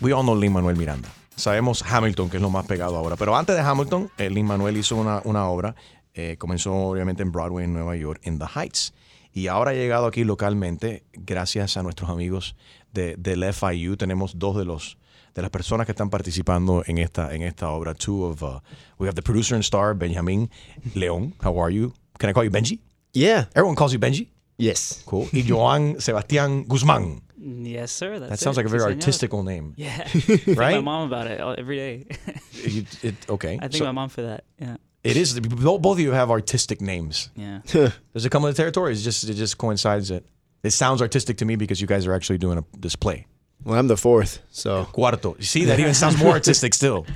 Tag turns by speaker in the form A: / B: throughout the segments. A: we all know Lin Manuel Miranda. Sabemos Hamilton, que es lo más pegado ahora. Pero antes de Hamilton, eh, Lin Manuel hizo una, una obra. eh, comenzó obviamente en Broadway, en Nueva York, en The Heights. Y ahora ha llegado aquí localmente, gracias a nuestros amigos de, del FIU. Tenemos dos de los de las personas que están participando en esta, en esta obra. Two of, uh, we have the producer and star, Benjamin León. How are you? Can I call you Benji?
B: Yeah.
A: Everyone calls you Benji.
B: Yes.
A: Cool. Y Joan Sebastián Guzmán.
C: Yes, sir. That's
A: That
C: it.
A: sounds like a very
C: Sí, señor.
A: artistical name,
C: Yeah.
A: right?
C: My mom about it all, every day.
A: You- it- okay.
C: I think
A: So
C: my mom for that. Yeah.
A: it is. Both, both of you have artistic names.
C: Yeah.
A: Does it come with the territory? It's just it just coincides it. It sounds artistic to me because you guys are actually doing a display.
B: Well, I'm the fourth, so
A: Cuarto. You see, that even sounds more artistic still.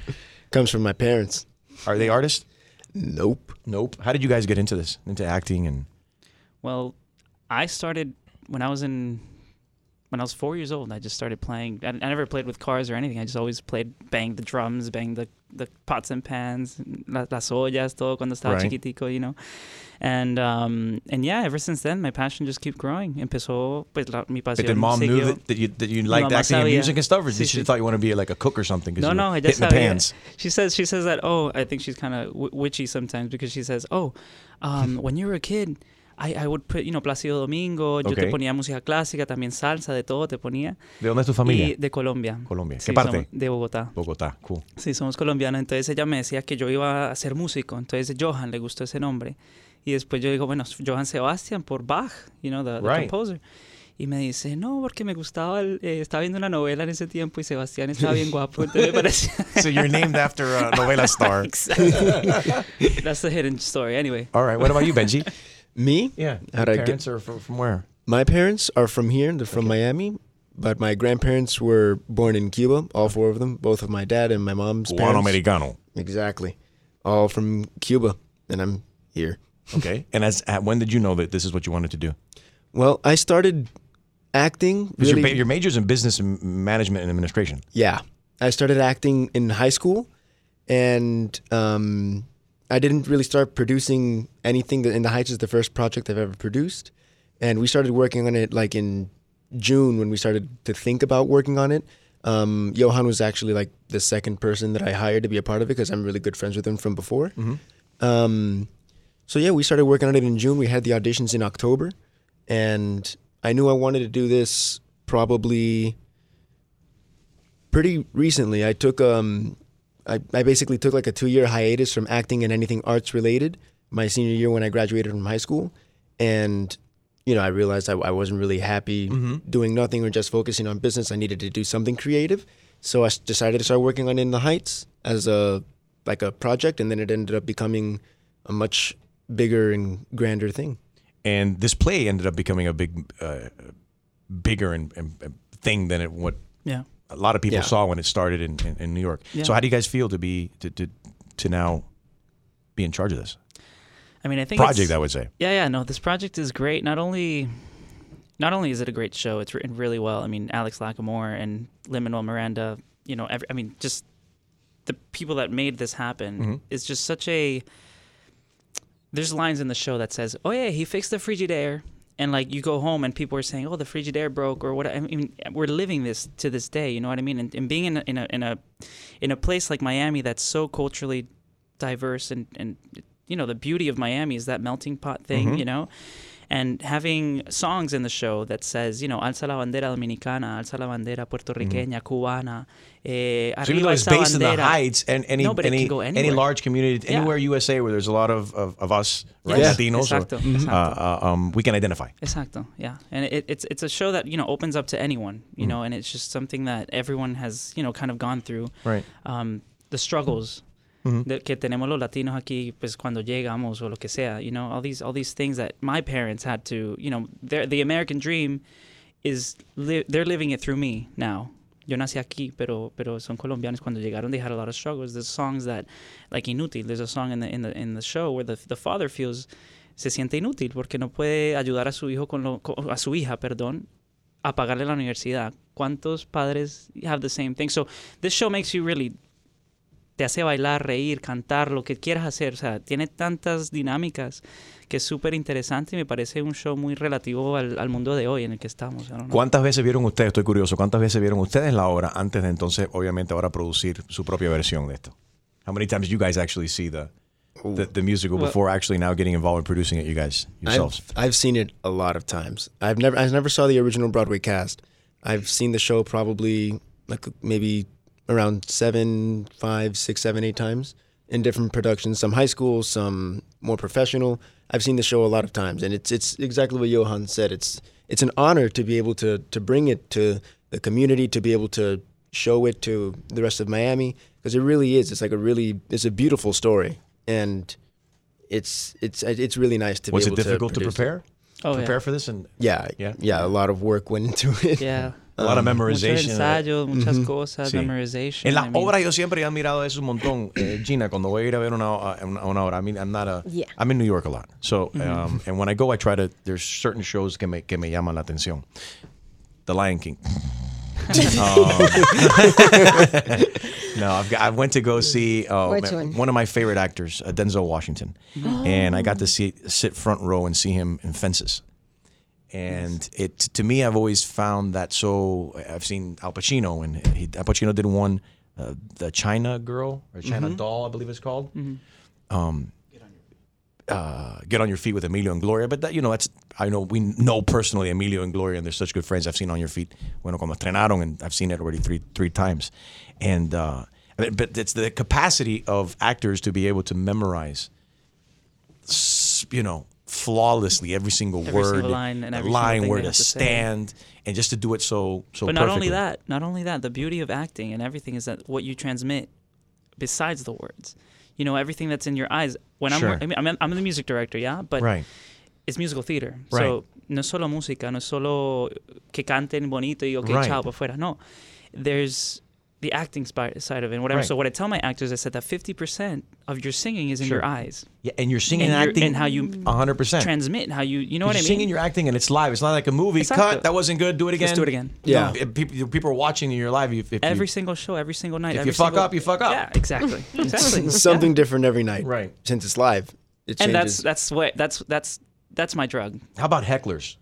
B: comes from my parents.
A: Are they artists?
B: Nope.
A: Nope. How did you guys get into this? Into acting and
C: Well, I started when I was in when I was four years old. I just started playing. I, I never played with cars or anything. I just always played, banged the drums, banged the the pots and pans, la- las ollas, todo cuando estaba
A: Right.
C: chiquitico, you know. And um and yeah, ever since then, my passion just keep growing. Empezó pues la, mi pasión.
A: But did mom knew
C: siguió.
A: that, that you that you liked
C: mamá
A: acting and
C: sabía.
A: music and stuff, or
C: Sí,
A: did she
C: sí.
A: thought you want to be like a cook or something? 'cause
C: No,
A: you
C: no,
A: were
C: I just
A: hitting the pans.
C: She says she says that. Oh, I think she's kind of w- witchy sometimes because she says, "Oh, um, when you were a kid, I, I would put you know Placido Domingo. Yo
A: Okay.
C: te ponía música clásica, también salsa, de todo te ponía.
A: ¿De dónde es tu familia?
C: Y de Colombia.
A: Colombia.
C: Sí,
A: ¿Qué parte?
C: somos- de Bogotá.
A: Bogotá. Cool.
C: Sí, somos colombianos. Entonces ella me decía que yo iba a ser músico. Entonces Johan le gustó ese nombre. Y después yo digo, bueno, Johan Sebastian por Bach, you know, the, the
A: Right.
C: composer. Y me dice, no, porque me gustaba, el- eh, estaba viendo una novela en ese tiempo y Sebastián estaba bien guapo. Entonces me parecía...
A: So you're named after a novela star.
C: That's the hidden story. Anyway,
A: All right. What about you, Benji?
B: Me?
A: Yeah.
B: How'd I
A: Parents
B: get?
A: are from, from where?
B: My parents are from here. They're from Miami, but my grandparents were born in Cuba. All four of them, both of my dad and my mom's parents.
A: americano.
B: Exactly. All from Cuba, and I'm here.
A: Okay. And as at when did you know that this is what you wanted to do?
B: Well, I started acting.
A: Because
B: Really,
A: your, ba- your major's in business and management and administration.
B: Yeah. I started acting in high school and um, I didn't really start producing anything. That In the Heights is the first project I've ever produced. And we started working on it like in June when we started to think about working on it. Um, Johan was actually like the second person that I hired to be a part of it because I'm really good friends with him from before. Um, so yeah, we started working on it in June. We had the auditions in October, and I knew I wanted to do this probably pretty recently. I took um, I, I basically took like a two year hiatus from acting in anything arts related my senior year when I graduated from high school, and you know I realized I, I wasn't really happy doing nothing or just focusing on business. I needed to do something creative, so I s- decided to start working on In the Heights as a like a project, and then it ended up becoming a much bigger and grander thing.
A: And this play ended up becoming a big, uh, bigger and, and, and thing than it what
C: yeah.
A: a lot of people
B: Yeah.
A: saw when it started in, in, in New York.
C: Yeah.
A: So how do you guys feel to be to, to to now be in charge of this
C: I mean, I think
A: project?
C: it's-
A: I would say.
C: Yeah, yeah. No, this project is great. Not only, not only is it a great show, it's written really well. I mean, Alex Lackamore and Lin Manuel Miranda. You know, every, I mean, just the people that made this happen is just such a. There's lines in the show that says, "Oh yeah, he fixed the Frigidaire," and like you go home and people are saying, "Oh, the Frigidaire broke," or what. I mean, we're living this to this day. You know what I mean? And, and being in a, in a in a in a place like Miami that's so culturally diverse and and you know the beauty of Miami is that melting pot thing,
A: Mm-hmm.
C: you know. And having songs in the show that says, you know, alza la bandera dominicana, alza la bandera puertorriqueña, cubana, eh,
A: Mm-hmm. So even though
C: arriba
A: it's
C: esa
A: based in the
C: bandera.
A: Heights and any
C: No, but it can
A: any,
C: go
A: any
C: anywhere.
A: large community
C: Yeah.
A: anywhere USA where there's a lot of, of, of us right
C: Yeah.
A: Latinos, or-
C: Exacto, Mhm. exacto.
A: uh, uh, um, we can identify.
C: Exacto. Yeah, and it, it's it's a show that you know opens up to anyone, you know, and it's just something that everyone has you know kind of gone through.
A: Right.
C: Um, the struggles de- que tenemos los latinos aquí, pues cuando llegamos o lo que sea, you know, all these all these things that my parents had to, you know, their- the American dream is li- they're living it through me now. Yo nací aquí, pero pero son colombianos cuando llegaron. They had a lot of struggles. There's songs that, like Inútil. There's a song in the in the in the show where the the father feels se siente inútil porque no puede ayudar a su hijo con lo co- a su hija, perdón, a pagarle la universidad. ¿Cuántos padres have the same thing? So this show makes you really te hace bailar, reír, cantar, lo que quieras hacer. O sea, tiene tantas dinámicas que es súper interesante y me parece un show muy relativo al, al mundo de hoy en el que estamos. I don't know.
A: ¿Cuántas veces vieron ustedes, estoy curioso, cuántas veces vieron ustedes la obra antes de entonces, obviamente, ahora producir su propia versión de esto? How many times you guys actually see the, the, the musical
C: Well-
A: before actually now getting involved in producing it you guys yourselves?
B: I've, I've seen it a lot of times. I've never I never saw the original Broadway cast. I've seen the show probably like maybe around seven, five, six, seven, eight times in different productions. Some high school, some more professional. I've seen the show a lot of times, and it's it's exactly what Johan said. It's it's an honor to be able to to bring it to the community, to be able to show it to the rest of Miami, because it really is. It's like a really it's a beautiful story, and it's it's it's really nice to
A: Was it
B: be able
A: difficult to,
B: produce it.
A: prepare?
C: Oh, yeah.
A: prepare for this and
B: Yeah,
A: Yeah.
B: yeah, yeah. A lot of work went into it.
C: Yeah.
A: a lot of
C: Muchos
A: memorization.
C: ensayos, muchas cosas,
A: Sí.
C: memorization.
A: En las
C: I mean,
A: obras yo siempre he admirado eso un montón. Eh, Gina, cuando voy a ir a ver una, a una, una obra, I mean, I'm not a,
D: Yeah.
A: I'm in New York a lot. So,
C: Mm-hmm.
A: um, and when I go, I try to, there's certain shows que me, que me llaman la atención. The Lion King. Um, no, I've got, I went to go see uh,
D: Which one?
A: of my favorite actors, uh, Denzel Washington, and I got to see sit front row and see him in Fences. And it to me, I've always found that so. I've seen Al Pacino, and he, Al Pacino did one, uh, the China Girl or China
D: Mm-hmm.
A: Doll, I believe it's called. Um, uh, get on your feet with Emilio and Gloria, but that you know that's I know we know personally Emilio and Gloria, and they're such good friends. I've seen on your feet bueno como estrenaron, and I've seen it already three three times, and uh, I mean, but it's the capacity of actors to be able to memorize you know flawlessly every single
C: Every
A: word,
C: single line and every single
A: line
C: thing
A: where
C: they
A: to
C: have to say.
A: stand, and just to do it so so.
C: But not only
A: perfectly.
C: that, not only that, the beauty of acting and everything is that what you transmit besides the words. You know, everything that's in your eyes. When I'm,
A: Sure.
C: I mean, I'm, I'm the music director, yeah, but
A: right?
C: it's musical theater.
A: Right.
C: So no es solo música, no es solo que canten bonito y okay,
A: Right.
C: chao, pa' fuera. No, there's the acting spi- side of it. and Whatever.
A: Right.
C: So what I tell my actors, I said that 50% of your singing is in your eyes.
A: Yeah, and you're singing
C: And
A: and,
C: you're-
A: acting
C: and how you
A: hundred percent.
C: Transmit how you, you know what I
A: you're
C: mean?
A: singing, you're acting, and it's live. It's not like a movie.
C: Exacto.
A: Cut. That wasn't good. Do it again.
C: Let's do it again.
B: Yeah.
A: No, if people, people are watching and you're live. If, if
C: every
A: you,
C: single show, every single night.
A: If you
C: every
A: fuck
C: single-
A: up, you fuck up.
C: Yeah, exactly. exactly.
B: Something different every night.
A: Right.
B: Since it's live, it
C: And that's
B: changes.
C: that's what that's that's that's my drug.
A: how about hecklers?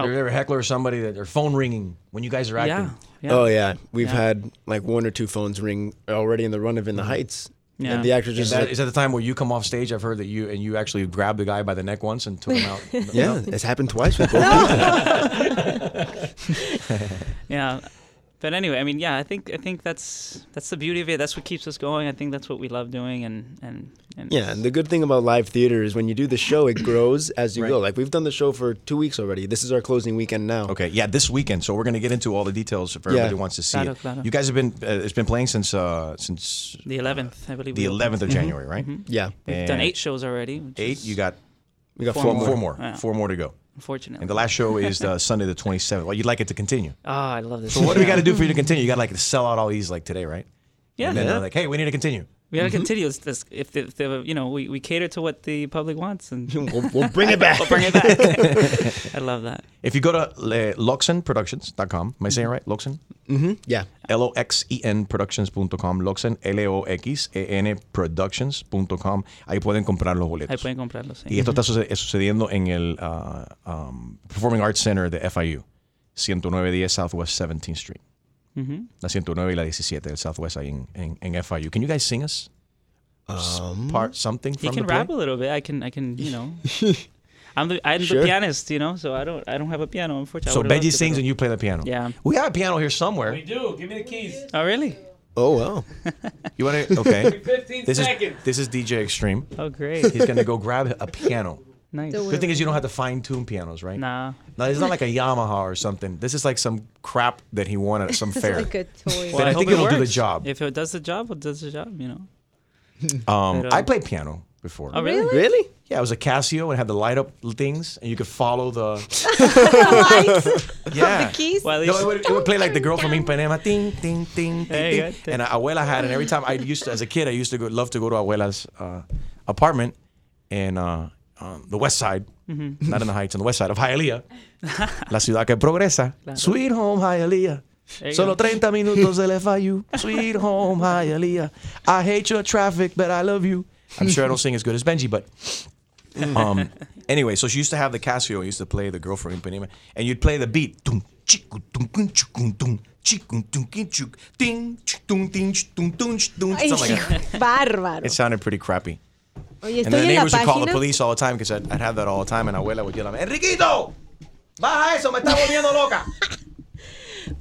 A: Oh. You're ever a heckler or somebody that their phone ringing when you guys are acting.
C: Yeah. yeah.
B: oh yeah, we've
C: Yeah.
B: had like one or two phones ring already in the run of In the
C: Yeah.
B: Heights, Mm-hmm. and the actors
A: Is
B: just
A: that,
B: like,
A: is that the time where you come off stage? I've heard that you and you actually grabbed the guy by the neck once and took him out.
B: yeah, it's happened twice with both people.
C: yeah but anyway i mean yeah i think i think that's that's the beauty of it that's what keeps us going i think that's what we love doing and and, and
B: Yeah, and the good thing about live theater is when you do the show, it grows as you go. Like we've done the show for two weeks already. This is our closing weekend now.
A: Okay, yeah, this weekend. So we're going to get into all the details if everybody wants to see
C: Claro,
A: it.
C: claro.
A: You guys have been uh, it's been playing since uh since
C: the 11th i believe we
A: the
C: opened.
A: 11th of January, right?
C: Mm-hmm.
B: Yeah,
C: we've done eight shows already which
A: Eight.
C: is
A: You got
B: we got
C: Four
B: four,
A: four
B: more.
A: more, four more,
C: Yeah.
A: to go.
C: unfortunately
A: And the last show is uh, Sunday the 27th. Well, you'd like it to continue.
C: oh i love this
A: So what do we got to do for you to continue? You got to like sell out all these like today, right?
C: yeah
A: And then they're like, mm-hmm. hey, we need to continue.
C: we gotta continue this, this if the, if the you know we, we cater to what the public wants and we'll
B: We'll, we'll bring it back.
C: bring it back i love that
A: If you go to uh, loxenproductions.com, am I saying it right? Loxen?
B: yeah,
A: L-O-X-E-N productions.com, Loxen, E L-O-X-E-N productions.com. Ahí pueden comprar los boletos.
C: ahí pueden comprarlos
A: Y
C: sí.
A: esto está suce- sucediendo en el ah, um, Performing Arts Center de FIU, 10910 Southwest 17th Street. La 109 y la 17 del Southwest ahí en, en, en FIU. Can you guys sing us s- part something
C: you
A: from
C: Um, can
A: the play?
C: rap a little bit i can i can you know i'm the i'm
B: Sure.
C: the pianist you know so i don't i don't have a piano unfortunately I
A: So
C: would've loved
A: Benji
C: to,
A: sings
C: but-
A: and you play the piano.
C: Yeah.
A: We have a piano here somewhere.
E: We do. Give me the keys.
C: oh really
B: Oh wow.
A: You want to? Okay.
E: 15
A: This is
E: seconds.
A: this is DJ Extreme.
C: oh great
A: He's gonna go grab a piano.
C: nice
D: The
A: Good thing is you don't have to fine tune pianos, right?
C: nah
A: No, it's not like a Yamaha or something. This is like some crap that he won at some fair.
D: like a toy.
A: But I
C: hope
A: think
C: it
A: it'll do the
C: works.
A: job.
C: If it does the job, it does the job, you know.
A: Um, I played piano before.
C: Oh, really?
B: Really?
A: Yeah, it was a Casio. It had the light up things, and you could follow the
D: Lights.
A: yeah.
D: the keys.
C: Well, at
A: No,
C: least
A: it would, it would play like the girl from Ipanema, ting, ting, ting, ting,
C: There you
A: ting.
C: go.
A: And Abuela had, and every time I used to, as a kid, I used to go, love to go to Abuela's uh, apartment in uh, um, the west side,
C: Mm-hmm.
A: not in the heights, on the west side of Hialeah, la ciudad que progresa. Sweet home Hialeah.
C: you
A: Solo
C: go.
A: 30 minutos del FIU. Sweet home Hialeah. I hate your traffic, but I love you. I'm sure I don't sing as good as Benji, but um, anyway, so she used to have the Casio. I used to play the girl from Ipanema, and you'd play the beat. Dum, chiku, dum, kun, chukun, dum, chikun, dum, kin, chuk, ding, chuk, dum, ding, chuk, dum, dum, chuk, dum,
C: Oh
D: Ay,
A: something like that.
D: bárbaro.
A: It sounded pretty crappy.
D: Oye,
A: And then
D: estoy
A: the
D: en la
A: neighbors would call the
D: página.
A: police all the time because I'd, I'd have that all the time, and Abuela would yell at me, Enriquito, baja eso, me está volviendo loca.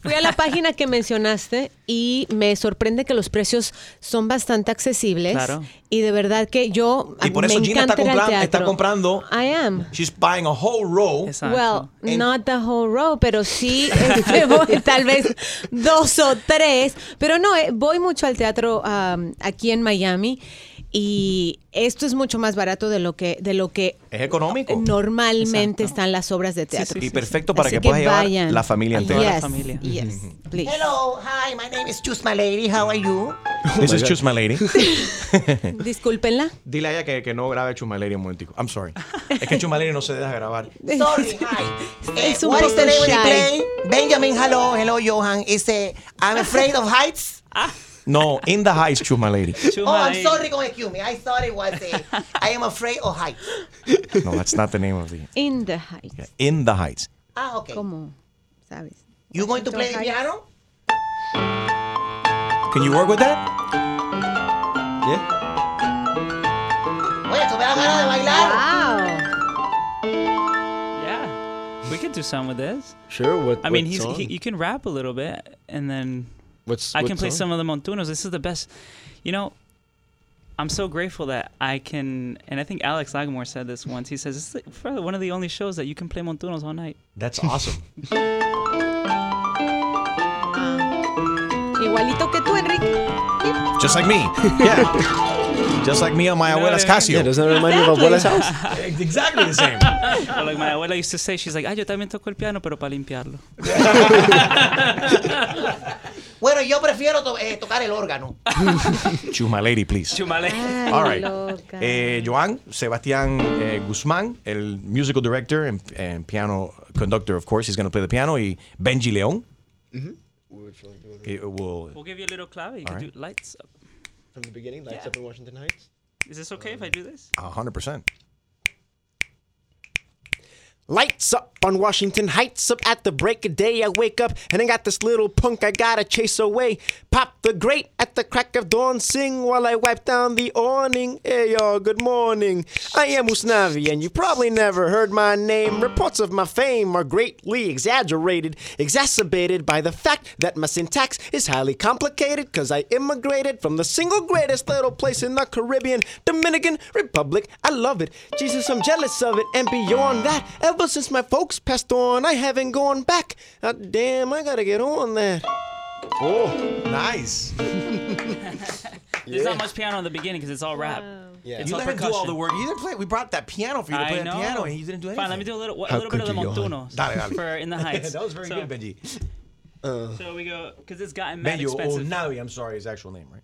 D: Fui a la página que mencionaste y me sorprende que los precios son bastante accesibles.
C: Claro.
D: Y de verdad que yo
A: Y por
D: me
A: eso Gina está,
D: encanta ir al
A: compran- está
D: teatro.
A: comprando.
D: I am.
A: She's buying a whole row.
C: Exacto.
D: Well,
A: En-
D: not the whole row, pero sí este, voy tal vez dos o tres. Pero no, eh, voy mucho al teatro um, aquí en Miami y esto es mucho más barato de lo que de lo que
A: Es económico.
D: normalmente están las obras de teatro.
A: sí, Y sí. perfecto para
D: Así
A: que puedas llevar la familia entera.
C: Toda la
D: Yes,
C: familia.
D: yes, please.
E: Hello, hi, my name is Juice My Lady. How are you?
A: This is Choose My Lady.
D: Discúlpenla.
A: Dile a ella que, que no grabe Chuma Lady un momentico. I'm sorry. Es que Chuma Lady no se deja grabar.
E: Sorry, hi. Eh,
D: Es un
E: what is
D: poco
E: the name of the
D: shy.
E: play? Benjamin, hello, hello, Johan. It's uh, I'm afraid of heights.
A: No, in the highs, Chuma Lady.
E: Oh, I'm sorry, con excuse me. I thought it was uh, I am afraid of heights.
A: No, that's not the name of the.
D: In the Heights.
A: In the heights.
E: Ah, okay.
D: Como, ¿sabes?
E: You going to play the
D: Heights.
E: piano?
A: Can you work with that?
B: Yeah.
E: Oye, esto me da ganas de
D: Ah.
E: bailar.
D: Wow.
C: Yeah. We could do some with this.
B: Sure. What?
C: I mean,
B: what
C: he's
B: song?
C: he, you can rap a little bit, and then
B: What's?
C: I
B: what
C: can play
B: song?
C: some of the Montunos. This is the best. You know, I'm so grateful that I can, and I think Alex Lagamore said this once. He says it's like probably one of the only shows that you can play Montunos all night.
A: That's awesome.
D: Igualito que tú, Enrique.
A: Just like me. Yeah. Just like me on my abuela's
C: what I
B: Yeah,
A: Casio.
B: doesn't that remind you of Abuela's house?
A: exactly the same.
C: Or like my abuela used to say, she's like, "Ah, yo también toco el piano, pero para limpiarlo."
E: Bueno, yo prefiero to- eh, tocar el órgano.
A: Chuma Lady, please.
D: Ah.
A: All right. Eh, Joan Sebastián eh, Guzmán, el musical director and, and piano conductor, of course, he's going to play the piano. Y Benji León. It will
C: We'll give you a little clave. You can
A: right.
C: do lights up.
B: From the beginning, lights up in Washington Heights.
C: Is this okay if I do this?
A: hundred percent.
B: Lights up on Washington Heights. Up at the break of day, I wake up and I got this little punk I gotta chase away. Pop the grate at the crack of dawn, sing while I wipe down the awning. Hey y'all, good morning. I am Usnavi, and you probably never heard my name. Reports of my fame are greatly exaggerated, exacerbated by the fact that my syntax is highly complicated, cause I immigrated from the single greatest little place in the Caribbean, Dominican Republic. I love it. Jesus, I'm jealous of it. And beyond that, ever since my folks passed on, I haven't gone back. Ah, damn, I gotta get on that.
A: Oh, nice.
C: There's not much piano in the beginning because it's all rap.
B: Yeah.
C: It's
A: You
C: all
A: let him do
C: percussion.
A: all the work. You didn't play. We brought that piano for you to play
C: I
A: the
C: know.
A: piano, and you didn't do anything.
C: Fine, let me do a little, a
B: How
C: little bit of the
B: could you, Johan?
C: Montunos
A: Dale, dale.
C: for in the heights.
A: that was very
C: So-
A: good, Benji.
C: So we go because it's gotten mad
A: Benji
C: expensive.
A: Onawi. I'm sorry, his actual name, right?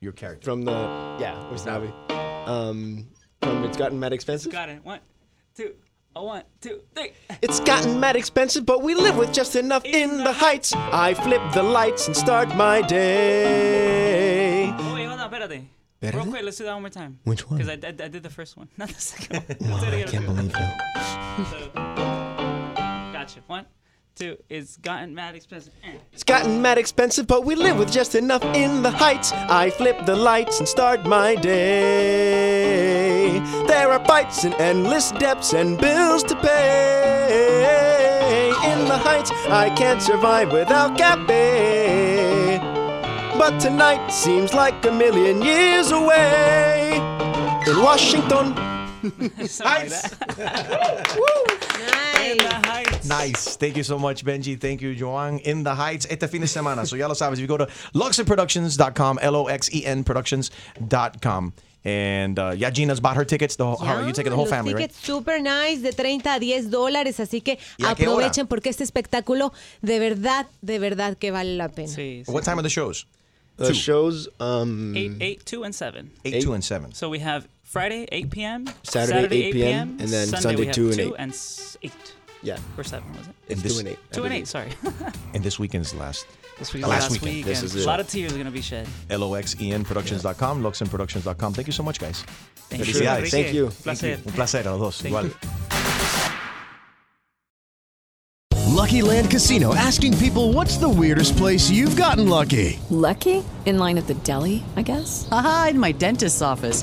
A: Your character.
B: From the, yeah, Usnavi. Um, from It's Gotten Mad Expensive.
C: Got it. One, two, a one, two, three.
B: It's gotten mad expensive, but we live with just enough in the heights. I flip the lights and start my day.
C: Oh, wait, hold on, espérate. Real quick, let's do that one more time.
B: Which one?
C: Because I, I, I did the first one, not the second one.
B: Oh,
C: Let's do it again, let's do it.
B: you.
C: Gotcha. One, two. It's gotten mad expensive. Eh.
B: It's gotten mad expensive, but we live with just enough in the heights. I flip the lights and start my day. There are fights and endless debts and bills to pay. In the heights, I can't survive without cafe. But tonight seems like a million years away. In Washington,
C: Something like that. In the heights.
A: Nice. Thank you so much, Benji. Thank you, Joan. In the Heights, este fin de semana. So ya lo sabes, if you go to luxenproductions.com, L-O-X-E-N productions.com. And uh, yeah, Gina's bought her tickets. The whole, how are you taking the whole
D: los
A: family, right?
D: tickets super nice de 30 a 10 dólares, así que
A: ¿Y a qué hora?
D: aprovechen porque este espectáculo de verdad, de verdad que vale la pena.
C: Sí, sí.
A: What time are the shows?
B: The shows um
C: Eight, eight, two, and seven.
A: 8, 2, and 7.
C: So we have Friday 8 p.m.
B: Saturday, 8 p.m., and then
C: Sunday,
B: Sunday,
C: we have
B: 2 and 8.
C: two and s- eight
B: yeah.
C: or seven was it?
B: It's
A: this-
B: two and eight. I
C: two and
B: believe.
C: eight. Sorry,
A: And this weekend's last.
C: this week,
A: Last
C: last,
A: weekend.
C: week,
B: This
C: and
B: is
C: a
B: it.
C: lot of tears are gonna be shed.
A: L-O-X-E-N productions.com, luxenproductions.com. Thank you so much, guys.
C: Thank you.
A: Felicidades.
B: Thank you.
C: Placer.
A: Un placer a los dos.
C: Thank
A: Igual.
C: you.
F: Lucky Land Casino asking people what's the weirdest place you've gotten lucky?
G: Lucky? In line at the deli, I guess?
H: Aha, in my dentist's office.